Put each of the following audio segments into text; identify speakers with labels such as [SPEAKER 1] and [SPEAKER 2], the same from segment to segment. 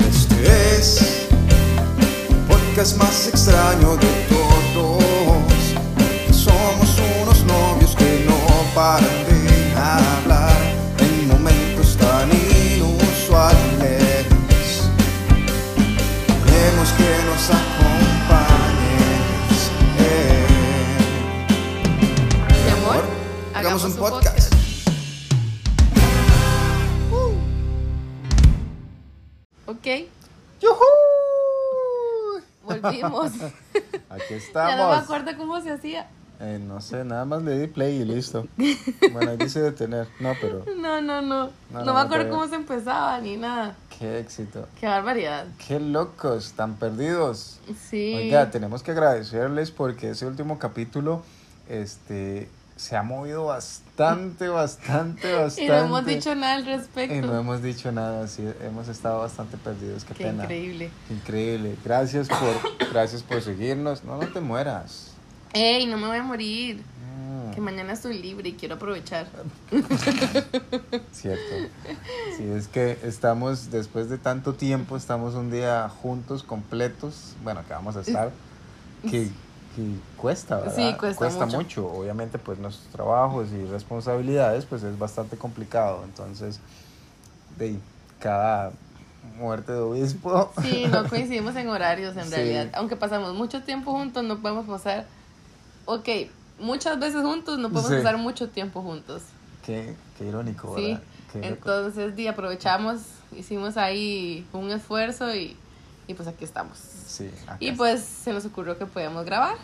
[SPEAKER 1] este es podcast más extraño de todos. Somos unos novios que no paran de hablar en momentos tan inusuales. Queremos que nos acompañes. eh.
[SPEAKER 2] Mi amor,
[SPEAKER 1] hagamos un podcast.
[SPEAKER 2] Ok,
[SPEAKER 3] ¡Yujú!
[SPEAKER 2] volvimos.
[SPEAKER 3] Aquí
[SPEAKER 2] ya no me
[SPEAKER 3] estamos.
[SPEAKER 2] acuerdo cómo se hacía.
[SPEAKER 3] Eh, no sé, nada más le di play y listo. Bueno, ahí dice detener. No, pero
[SPEAKER 2] No, no, no. No,
[SPEAKER 3] no,
[SPEAKER 2] me
[SPEAKER 3] no,
[SPEAKER 2] acuerdo
[SPEAKER 3] todavía.
[SPEAKER 2] cómo se empezaba ni nada.
[SPEAKER 3] qué éxito.
[SPEAKER 2] Qué barbaridad.
[SPEAKER 3] Qué locos, tan perdidos.
[SPEAKER 2] Sí.
[SPEAKER 3] Oiga, tenemos que agradecerles porque ese último capítulo este, se ha movido bastante, bastante, bastante.
[SPEAKER 2] y no hemos dicho nada al respecto.
[SPEAKER 3] Y no hemos dicho nada, sí, hemos estado bastante perdidos, qué,
[SPEAKER 2] Qué
[SPEAKER 3] pena.
[SPEAKER 2] increíble.
[SPEAKER 3] Increíble. Gracias por, gracias por seguirnos. No, no te mueras.
[SPEAKER 2] Ey, no me voy a morir.
[SPEAKER 3] Mm.
[SPEAKER 2] Que mañana estoy libre y quiero aprovechar.
[SPEAKER 3] Cierto. Sí, es que estamos, después de tanto tiempo, estamos un día juntos, completos. Bueno, que vamos a estar. Que, que cuesta, ¿verdad?
[SPEAKER 2] Sí, cuesta mucho.
[SPEAKER 3] mucho. Obviamente, pues nuestros trabajos y responsabilidades, pues es bastante complicado. Entonces, de ahí, cada muerte de obispo.
[SPEAKER 2] Sí, no coincidimos en horarios en
[SPEAKER 3] Sí.
[SPEAKER 2] realidad. Aunque pasamos mucho tiempo juntos, no podemos pasar. Ok, muchas veces juntos, no podemos
[SPEAKER 3] Sí.
[SPEAKER 2] pasar mucho tiempo juntos.
[SPEAKER 3] Qué, qué irónico,
[SPEAKER 2] Sí,
[SPEAKER 3] ¿verdad? Qué loco.
[SPEAKER 2] entonces di, aprovechamos, hicimos ahí un esfuerzo y, y pues aquí estamos.
[SPEAKER 3] Sí, acá
[SPEAKER 2] Y pues se nos ocurrió que podíamos grabar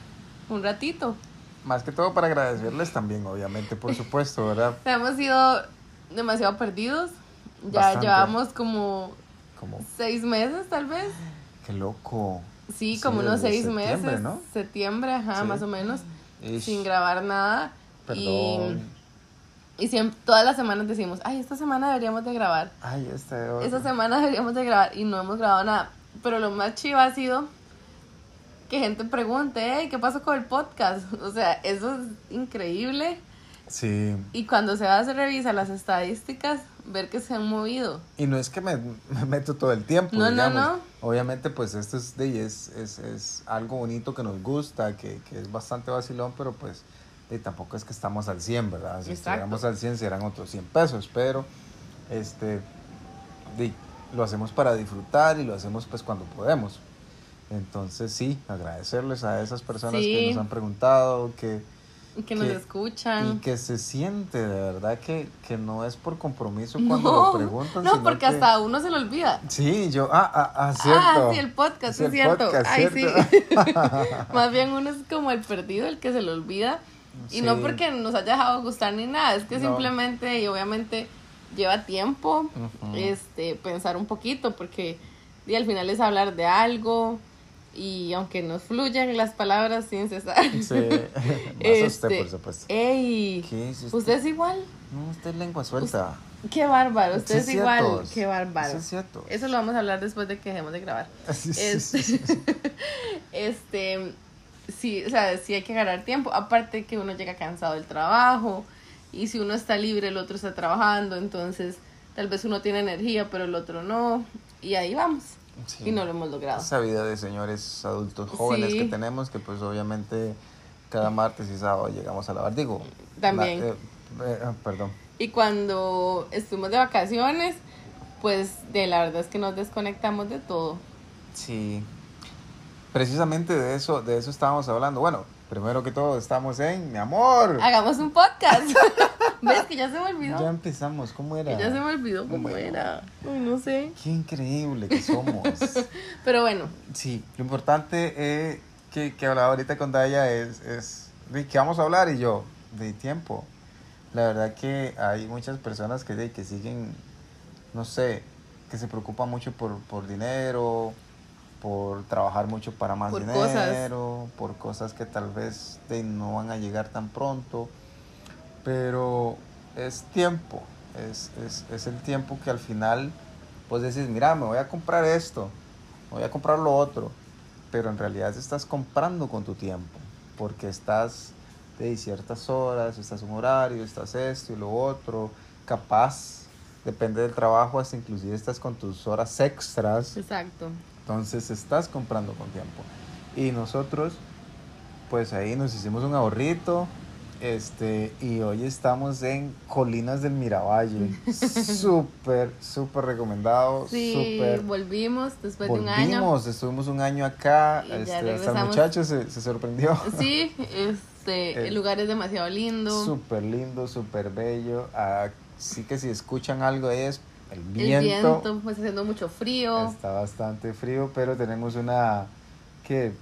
[SPEAKER 2] un ratito.
[SPEAKER 3] Más que todo para agradecerles también, obviamente, por supuesto, ¿verdad?
[SPEAKER 2] Hemos sido demasiado perdidos, ya
[SPEAKER 3] Bastante.
[SPEAKER 2] llevamos como
[SPEAKER 3] Como,
[SPEAKER 2] seis meses tal vez.
[SPEAKER 3] qué loco.
[SPEAKER 2] Sí,
[SPEAKER 3] Sí,
[SPEAKER 2] como unos
[SPEAKER 3] desde
[SPEAKER 2] seis
[SPEAKER 3] septiembre,
[SPEAKER 2] meses,
[SPEAKER 3] ¿no?
[SPEAKER 2] septiembre, ajá,
[SPEAKER 3] Sí.
[SPEAKER 2] más o menos,
[SPEAKER 3] Ish.
[SPEAKER 2] sin grabar nada.
[SPEAKER 3] Perdón.
[SPEAKER 2] Y, y siempre, todas las semanas decimos, ay, esta semana deberíamos de grabar.
[SPEAKER 3] Ay, este, oh. esta otra.
[SPEAKER 2] Esa semana deberíamos de grabar y no hemos grabado nada. Pero lo más chiva ha sido que gente pregunte, "Ey, ¿qué pasó con el podcast? O sea, eso es increíble.
[SPEAKER 3] Sí.
[SPEAKER 2] Y cuando se va a revisa las estadísticas, ver que se han movido.
[SPEAKER 3] Y no es que me, me meto todo el tiempo.
[SPEAKER 2] No, no,
[SPEAKER 3] digamos.
[SPEAKER 2] no.
[SPEAKER 3] Obviamente, pues esto es, de, y es, es, es algo bonito que nos gusta, que, que es bastante vacilón, pero pues de, tampoco es que estamos al 100, ¿verdad? Si
[SPEAKER 2] Exacto.
[SPEAKER 3] estuviéramos al 100 serán otros 100 pesos, pero este, de, lo hacemos para disfrutar y lo hacemos pues cuando podemos. Entonces sí, agradecerles a esas personas
[SPEAKER 2] Sí.
[SPEAKER 3] que nos han preguntado, que,
[SPEAKER 2] Y que nos
[SPEAKER 3] Que- Y
[SPEAKER 2] escuchan.
[SPEAKER 3] que se siente de verdad que, que no es por compromiso cuando lo preguntan.
[SPEAKER 2] no,
[SPEAKER 3] sino
[SPEAKER 2] porque
[SPEAKER 3] que-
[SPEAKER 2] hasta a uno se le olvida.
[SPEAKER 3] Sí, yo. Ah, ah, ah,
[SPEAKER 2] Ah,
[SPEAKER 3] cierto.
[SPEAKER 2] sí, el podcast,
[SPEAKER 3] Sí,
[SPEAKER 2] es
[SPEAKER 3] el
[SPEAKER 2] cierto.
[SPEAKER 3] podcast,
[SPEAKER 2] Ay, sí.
[SPEAKER 3] ¿cierto?
[SPEAKER 2] Más bien uno es como el perdido, el que se le olvida. Y no
[SPEAKER 3] Sí.
[SPEAKER 2] porque nos haya dejado gustar ni nada, es que
[SPEAKER 3] No.
[SPEAKER 2] simplemente y obviamente lleva tiempo
[SPEAKER 3] Ujú.
[SPEAKER 2] este pensar un poquito porque y al final es hablar de algo y aunque nos fluyan las palabras sin cesar.
[SPEAKER 3] Sí. Más a usted, por supuesto.
[SPEAKER 2] Ey,
[SPEAKER 3] ¿Qué es usted?
[SPEAKER 2] Este, usted es igual.
[SPEAKER 3] No, usted es lengua suelta.
[SPEAKER 2] Qué bárbaro, usted
[SPEAKER 3] Sí,
[SPEAKER 2] es igual.
[SPEAKER 3] ciertos.
[SPEAKER 2] Qué bárbaro.
[SPEAKER 3] Sí, es cierto.
[SPEAKER 2] Eso lo vamos a hablar después de que dejemos de grabar.
[SPEAKER 3] Sí, sí,
[SPEAKER 2] Este,
[SPEAKER 3] sí, sí.
[SPEAKER 2] este, sí, o sea, sí hay que ganar tiempo. Aparte que uno llega cansado del trabajo y si uno está libre, el otro está trabajando, entonces tal vez uno tiene energía, pero el otro no. Y ahí vamos.
[SPEAKER 3] Sí.
[SPEAKER 2] Y no lo hemos logrado.
[SPEAKER 3] Esa vida de señores adultos jóvenes que
[SPEAKER 2] Sí.
[SPEAKER 3] tenemos, que pues obviamente cada martes y sábado llegamos a lavar. Digo.
[SPEAKER 2] También.
[SPEAKER 3] la- eh, eh, ah, perdón.
[SPEAKER 2] Y cuando estuvimos de vacaciones, pues de la verdad es que nos desconectamos de todo.
[SPEAKER 3] Sí. Precisamente de eso, de eso estábamos hablando. Bueno, primero que todo estamos en mi amor.
[SPEAKER 2] Hagamos un podcast. ¿Ves que ya se me olvidó?
[SPEAKER 3] Ya empezamos, ¿cómo
[SPEAKER 2] Que
[SPEAKER 3] era?
[SPEAKER 2] ya se me olvidó cómo
[SPEAKER 3] Bueno.
[SPEAKER 2] era. Uy, no sé.
[SPEAKER 3] Qué increíble que somos.
[SPEAKER 2] Pero bueno,
[SPEAKER 3] sí, lo importante eh, que, que hablaba ahorita con Daya es, es de qué vamos a hablar y yo, de tiempo. La verdad que hay muchas personas que, de- que siguen, no sé, que se preocupan mucho por, por dinero, por trabajar mucho para más
[SPEAKER 2] Por
[SPEAKER 3] dinero,
[SPEAKER 2] cosas.
[SPEAKER 3] por cosas que tal vez de, no van a llegar tan pronto. Pero es tiempo, es, es, es el tiempo que al final vos decís, mira, me voy a comprar esto, me voy a comprar lo otro, pero en realidad estás comprando con tu tiempo, porque estás de ciertas horas, estás un horario, estás esto y lo otro, capaz, depende del trabajo, hasta inclusive estás con tus horas extras,
[SPEAKER 2] exacto.
[SPEAKER 3] Entonces estás comprando con tiempo. Y nosotros, pues ahí nos hicimos un ahorrito. Este, y hoy estamos en Colinas del Miravalle. súper, súper recomendado.
[SPEAKER 2] Sí,
[SPEAKER 3] súper.
[SPEAKER 2] volvimos después de un año.
[SPEAKER 3] Volvimos, estuvimos un año acá.
[SPEAKER 2] Y ya
[SPEAKER 3] este, hasta el
[SPEAKER 2] regresamos.
[SPEAKER 3] muchacho se, se sorprendió.
[SPEAKER 2] Sí, este,
[SPEAKER 3] Eh,
[SPEAKER 2] el lugar es demasiado lindo.
[SPEAKER 3] Súper lindo, súper bello. Así que si escuchan algo ahí es el viento.
[SPEAKER 2] el viento, pues haciendo mucho frío.
[SPEAKER 3] Está bastante frío, pero tenemos una ¿qué?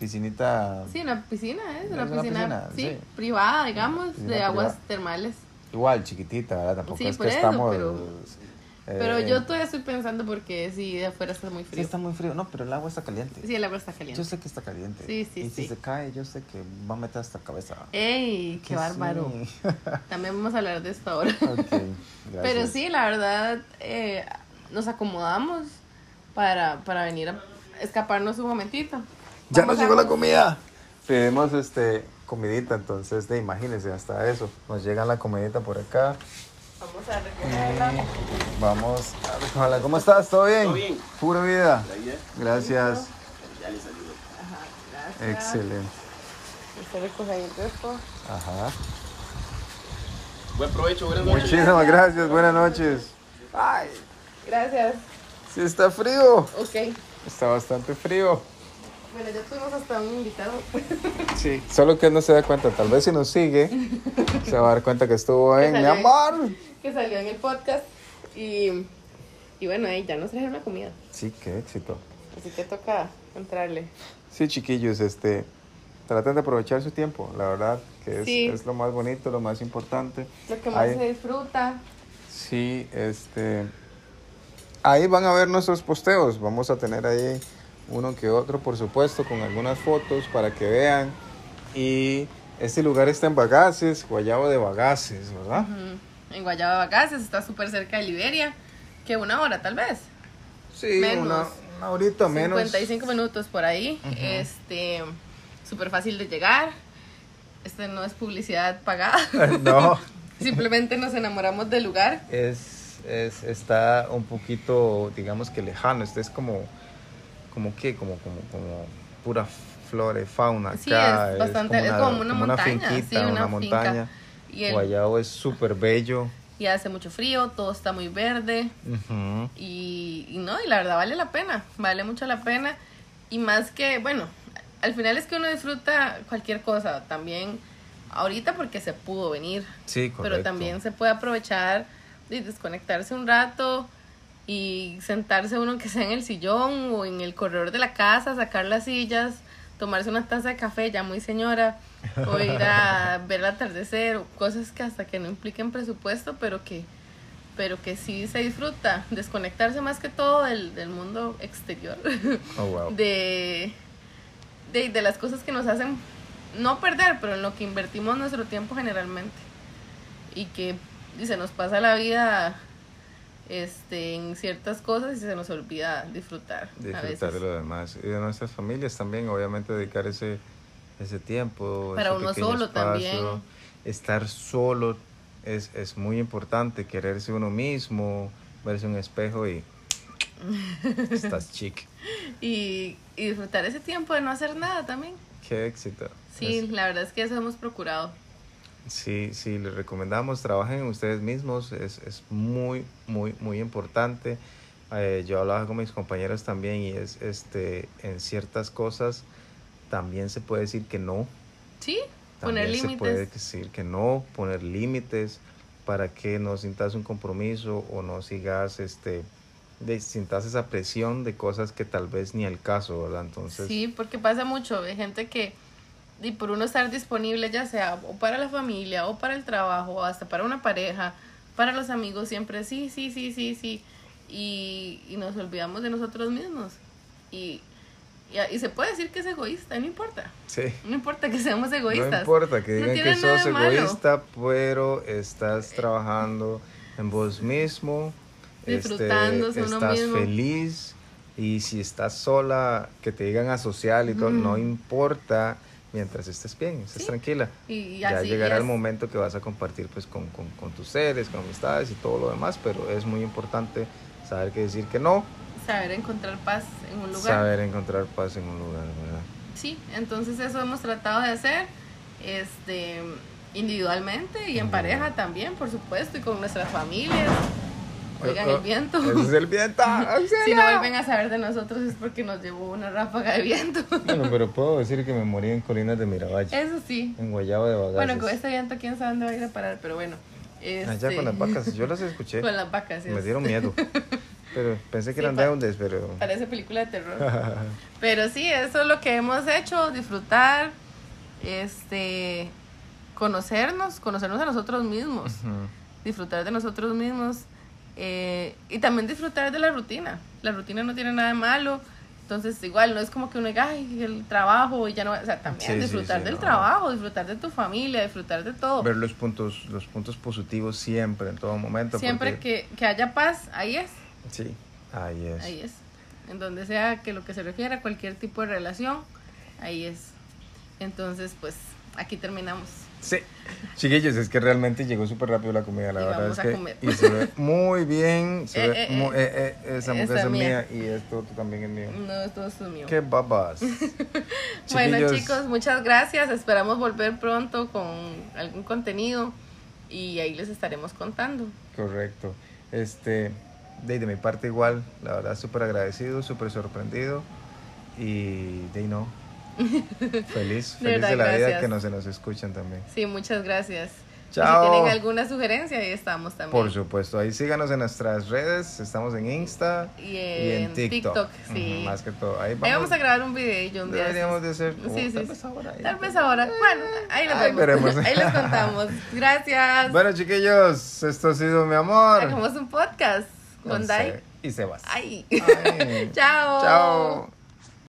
[SPEAKER 3] piscinita
[SPEAKER 2] Sí, una piscina, ¿eh?
[SPEAKER 3] Es
[SPEAKER 2] Una,
[SPEAKER 3] una
[SPEAKER 2] piscina,
[SPEAKER 3] piscina,
[SPEAKER 2] sí,
[SPEAKER 3] sí.
[SPEAKER 2] privada, digamos, de
[SPEAKER 3] Piscina
[SPEAKER 2] aguas
[SPEAKER 3] privada.
[SPEAKER 2] termales.
[SPEAKER 3] igual chiquitita, ¿verdad? Tampoco
[SPEAKER 2] Sí,
[SPEAKER 3] es
[SPEAKER 2] por
[SPEAKER 3] que
[SPEAKER 2] eso,
[SPEAKER 3] estamos
[SPEAKER 2] pero-
[SPEAKER 3] eh,
[SPEAKER 2] Pero yo
[SPEAKER 3] en-
[SPEAKER 2] todavía estoy pensando porque sí, de afuera está muy
[SPEAKER 3] Sí,
[SPEAKER 2] frío.
[SPEAKER 3] está muy frío, no, pero el agua está caliente.
[SPEAKER 2] Sí, el agua está caliente.
[SPEAKER 3] Yo sé que está caliente.
[SPEAKER 2] Sí, sí,
[SPEAKER 3] y
[SPEAKER 2] sí.
[SPEAKER 3] si se cae, yo sé que va a meter hasta cabeza.
[SPEAKER 2] ¡Ey! ¡Qué
[SPEAKER 3] Que
[SPEAKER 2] bárbaro!
[SPEAKER 3] sí.
[SPEAKER 2] También vamos a hablar de esto ahora.
[SPEAKER 3] Ok,
[SPEAKER 2] Pero
[SPEAKER 3] gracias.
[SPEAKER 2] sí, la verdad, eh, nos acomodamos para, para venir a escaparnos un momentito.
[SPEAKER 3] Ya
[SPEAKER 2] Vamos
[SPEAKER 3] nos
[SPEAKER 2] a-
[SPEAKER 3] llegó la comida. Pedimos este comidita, entonces, de, imagínense hasta eso. Nos llega la comidita por acá.
[SPEAKER 2] Vamos a
[SPEAKER 3] Eh,
[SPEAKER 2] recogerla.
[SPEAKER 3] Vamos a recogerla. ¿Cómo estás? ¿Todo bien?
[SPEAKER 4] Todo bien.
[SPEAKER 3] Pura vida.
[SPEAKER 4] La idea
[SPEAKER 3] Gracias.
[SPEAKER 4] ya le salió.
[SPEAKER 2] Ajá, gracias.
[SPEAKER 3] Excelente.
[SPEAKER 2] Usted recoge ahí el resto.
[SPEAKER 3] Ajá.
[SPEAKER 4] Buen provecho, buenas noches.
[SPEAKER 3] Muchísimas gracias. Buenas noches. Ay,
[SPEAKER 2] Gracias.
[SPEAKER 3] sí está frío.
[SPEAKER 2] Ok.
[SPEAKER 3] Está bastante frío.
[SPEAKER 2] Bueno, ya tuvimos hasta un invitado.
[SPEAKER 3] Sí. Solo que él no se da cuenta. Tal vez si nos sigue, se va a dar cuenta que estuvo en mi
[SPEAKER 2] salió.
[SPEAKER 3] amor.
[SPEAKER 2] que salió en el podcast y, y bueno, ahí ya nos trajeron la comida,
[SPEAKER 3] Sí, qué éxito.
[SPEAKER 2] así que toca entrarle.
[SPEAKER 3] Sí, chiquillos, este, traten de aprovechar su tiempo, la verdad, que es,
[SPEAKER 2] Sí.
[SPEAKER 3] es lo más bonito, lo más importante.
[SPEAKER 2] Lo que más
[SPEAKER 3] Ahí-
[SPEAKER 2] se disfruta,
[SPEAKER 3] Sí, este, ahí van a ver nuestros posteos, vamos a tener ahí uno que otro, por supuesto, con algunas fotos para que vean. Y este lugar está en Bagaces, Guayabo de Bagaces, ¿verdad?
[SPEAKER 2] mm, en Guayaba Vacaces, está súper cerca de Liberia, que una hora tal vez,
[SPEAKER 3] Sí,
[SPEAKER 2] Menos.
[SPEAKER 3] una, una horita menos.
[SPEAKER 2] 55 minutos por ahí, este, súper fácil de llegar, este no es publicidad pagada,
[SPEAKER 3] no,
[SPEAKER 2] simplemente nos enamoramos del lugar.
[SPEAKER 3] es, es- está un poquito, digamos que lejano, este es como, como qué, como, como, como pura flore, fauna acá.
[SPEAKER 2] Sí, es bastante- es como una montaña,
[SPEAKER 3] finquita,
[SPEAKER 2] sí, una
[SPEAKER 3] una
[SPEAKER 2] finca.
[SPEAKER 3] montaña.
[SPEAKER 2] Y, el-
[SPEAKER 3] Guayabo es súper bello.
[SPEAKER 2] y hace mucho frío, todo está muy verde,
[SPEAKER 3] Ujú.
[SPEAKER 2] Y, y no, y la verdad vale la pena, vale mucho la pena. Y más que, bueno, al final es que uno disfruta cualquier cosa, también ahorita porque se pudo venir,
[SPEAKER 3] Sí, correcto.
[SPEAKER 2] pero también se puede aprovechar y desconectarse un rato y sentarse uno que sea en el sillón o en el corredor de la casa, sacar las sillas, tomarse una taza de café, ya muy señora, o ir a ver el atardecer, o cosas que hasta que no impliquen presupuesto, pero que pero que sí se disfruta, desconectarse más que todo del, del mundo exterior,
[SPEAKER 3] Oh, wow.
[SPEAKER 2] de, de, de las cosas que nos hacen no perder, pero en lo que invertimos nuestro tiempo generalmente. Y que y se nos pasa la vida este, en ciertas cosas y se nos olvida disfrutar. a
[SPEAKER 3] Disfrutar
[SPEAKER 2] veces.
[SPEAKER 3] de lo demás. Y de nuestras familias también, obviamente, dedicar ese, ese tiempo.
[SPEAKER 2] Para
[SPEAKER 3] ese
[SPEAKER 2] uno
[SPEAKER 3] pequeño
[SPEAKER 2] solo también.
[SPEAKER 3] Estar solo es, es muy importante. Quererse uno mismo, verse un espejo y. Estás chic.
[SPEAKER 2] Y, y disfrutar ese tiempo de no hacer nada también.
[SPEAKER 3] Qué éxito.
[SPEAKER 2] Sí, la verdad es que eso hemos procurado.
[SPEAKER 3] Es- sí, sí, les recomendamos. Trabajen en ustedes mismos. Es, es muy, muy, muy importante. Eh, yo hablaba con mis compañeros también y es este en ciertas cosas también se puede decir que no.
[SPEAKER 2] Sí,
[SPEAKER 3] También
[SPEAKER 2] poner
[SPEAKER 3] se puede
[SPEAKER 2] límites.
[SPEAKER 3] decir que no, poner límites para que no sintas un compromiso o no sigas, este, de, sintas esa presión de cosas que tal vez ni al caso, ¿verdad? Entonces,
[SPEAKER 2] Sí, porque pasa mucho, hay gente que y por uno estar disponible ya sea o para la familia o para el trabajo o hasta para una pareja, para los amigos siempre sí, sí, sí, sí, sí y, y nos olvidamos de nosotros mismos y, y, y se puede decir que es egoísta, no importa,
[SPEAKER 3] sí,
[SPEAKER 2] no importa que seamos egoístas.
[SPEAKER 3] no importa que
[SPEAKER 2] No
[SPEAKER 3] digan
[SPEAKER 2] tiene
[SPEAKER 3] que
[SPEAKER 2] nada
[SPEAKER 3] sos
[SPEAKER 2] de malo.
[SPEAKER 3] egoísta, pero estás trabajando en vos mismo, este,
[SPEAKER 2] Disfrutándose uno
[SPEAKER 3] estás
[SPEAKER 2] mismo.
[SPEAKER 3] feliz y si estás sola, que te digan asocial y todo, no
[SPEAKER 2] Ujú.
[SPEAKER 3] importa mientras estés bien, estés
[SPEAKER 2] Sí.
[SPEAKER 3] tranquila.
[SPEAKER 2] Y, y
[SPEAKER 3] ya
[SPEAKER 2] así
[SPEAKER 3] llegará el
[SPEAKER 2] es.
[SPEAKER 3] momento que vas a compartir pues con, con- con tus seres, con amistades y todo lo demás, pero es muy importante saber que decir que no
[SPEAKER 2] saber encontrar paz en un lugar.
[SPEAKER 3] Saber encontrar paz en un lugar, ¿verdad?
[SPEAKER 2] Sí, entonces eso hemos tratado de hacer este, individualmente y en
[SPEAKER 3] Individual.
[SPEAKER 2] pareja también, por supuesto, y con nuestras familias. Oigan
[SPEAKER 3] Eh,
[SPEAKER 2] el
[SPEAKER 3] eh,
[SPEAKER 2] viento.
[SPEAKER 3] Ese es el viento.
[SPEAKER 2] Si no vuelven a saber de nosotros es porque nos llevó una ráfaga de viento.
[SPEAKER 3] Bueno, pero puedo decir que me morí en Colinas de Miravalle,
[SPEAKER 2] Eso sí.
[SPEAKER 3] en Guayabo de Bagaces.
[SPEAKER 2] Bueno, con este viento quién sabe dónde va a ir a parar, pero bueno.
[SPEAKER 3] Allá
[SPEAKER 2] este,
[SPEAKER 3] Ah, con las vacas, yo las escuché.
[SPEAKER 2] Con las vacas, sí.
[SPEAKER 3] me dieron miedo. Pero pensé
[SPEAKER 2] Sí,
[SPEAKER 3] que eran
[SPEAKER 2] pa-
[SPEAKER 3] deudas, pero...
[SPEAKER 2] Parece película de terror. Pero sí, eso es lo que hemos hecho, disfrutar, este, conocernos, conocernos a nosotros mismos,
[SPEAKER 3] Ujú.
[SPEAKER 2] disfrutar de nosotros mismos eh, y también disfrutar de la rutina. La rutina no tiene nada de malo, entonces igual no es como que uno diga, ay, el trabajo y ya no, o sea, también
[SPEAKER 3] Sí, sí,
[SPEAKER 2] disfrutar
[SPEAKER 3] sí,
[SPEAKER 2] del
[SPEAKER 3] no.
[SPEAKER 2] trabajo, disfrutar de tu familia, disfrutar de todo.
[SPEAKER 3] Ver los puntos, los puntos positivos siempre, en todo momento.
[SPEAKER 2] Siempre
[SPEAKER 3] porque-
[SPEAKER 2] que, que haya paz, ahí es.
[SPEAKER 3] Sí, ahí es.
[SPEAKER 2] Ahí es. En donde sea que lo que se refiera a cualquier tipo de relación, ahí es. Entonces, pues aquí terminamos.
[SPEAKER 3] Sí, chiquillos, es que realmente llegó súper rápido la comida, la
[SPEAKER 2] Y
[SPEAKER 3] verdad
[SPEAKER 2] vamos
[SPEAKER 3] es
[SPEAKER 2] a
[SPEAKER 3] que
[SPEAKER 2] comer.
[SPEAKER 3] y se ve muy bien, se
[SPEAKER 2] Eh,
[SPEAKER 3] ve
[SPEAKER 2] eh,
[SPEAKER 3] mu-
[SPEAKER 2] eh.
[SPEAKER 3] eh, eh, esa
[SPEAKER 2] Esa
[SPEAKER 3] hamburguesa es mía.
[SPEAKER 2] mía.
[SPEAKER 3] y esto otro también es mío.
[SPEAKER 2] No, esto es mío.
[SPEAKER 3] Qué babas.
[SPEAKER 2] Bueno,
[SPEAKER 3] Chiquillos,
[SPEAKER 2] chicos, muchas gracias. Esperamos volver pronto con algún contenido y ahí les estaremos contando.
[SPEAKER 3] Correcto. Este, de, de mi parte igual, la verdad súper agradecido, súper sorprendido y de ahí no. Feliz,
[SPEAKER 2] De
[SPEAKER 3] feliz de,
[SPEAKER 2] verdad,
[SPEAKER 3] la vida
[SPEAKER 2] gracias.
[SPEAKER 3] que nos, se nos escuchan también.
[SPEAKER 2] Sí, muchas gracias. Y
[SPEAKER 3] Chao.
[SPEAKER 2] Si tienen alguna sugerencia, ahí estamos también.
[SPEAKER 3] Por supuesto, ahí síganos en nuestras redes, estamos en Insta
[SPEAKER 2] Y en, TikTok. sí.
[SPEAKER 3] Ujú, más que todo. Ahí vamos,
[SPEAKER 2] ahí vamos a grabar un video un día. de
[SPEAKER 3] Deberíamos
[SPEAKER 2] estos.
[SPEAKER 3] de hacer.
[SPEAKER 2] Sí,
[SPEAKER 3] oh,
[SPEAKER 2] sí,
[SPEAKER 3] tal
[SPEAKER 2] sí.
[SPEAKER 3] vez ahora. ahí
[SPEAKER 2] Tal
[SPEAKER 3] no
[SPEAKER 2] vez
[SPEAKER 3] sé.
[SPEAKER 2] ahora. Bueno, ahí lo
[SPEAKER 3] Ahí
[SPEAKER 2] vemos.
[SPEAKER 3] veremos.
[SPEAKER 2] Ahí les contamos. Gracias.
[SPEAKER 3] Bueno, chiquillos, esto ha sido mi amor.
[SPEAKER 2] Hagamos un podcast con
[SPEAKER 3] No
[SPEAKER 2] Dai.
[SPEAKER 3] sé, Y Sebas.
[SPEAKER 2] Ay.
[SPEAKER 3] Ay.
[SPEAKER 2] Chao.
[SPEAKER 3] Chao.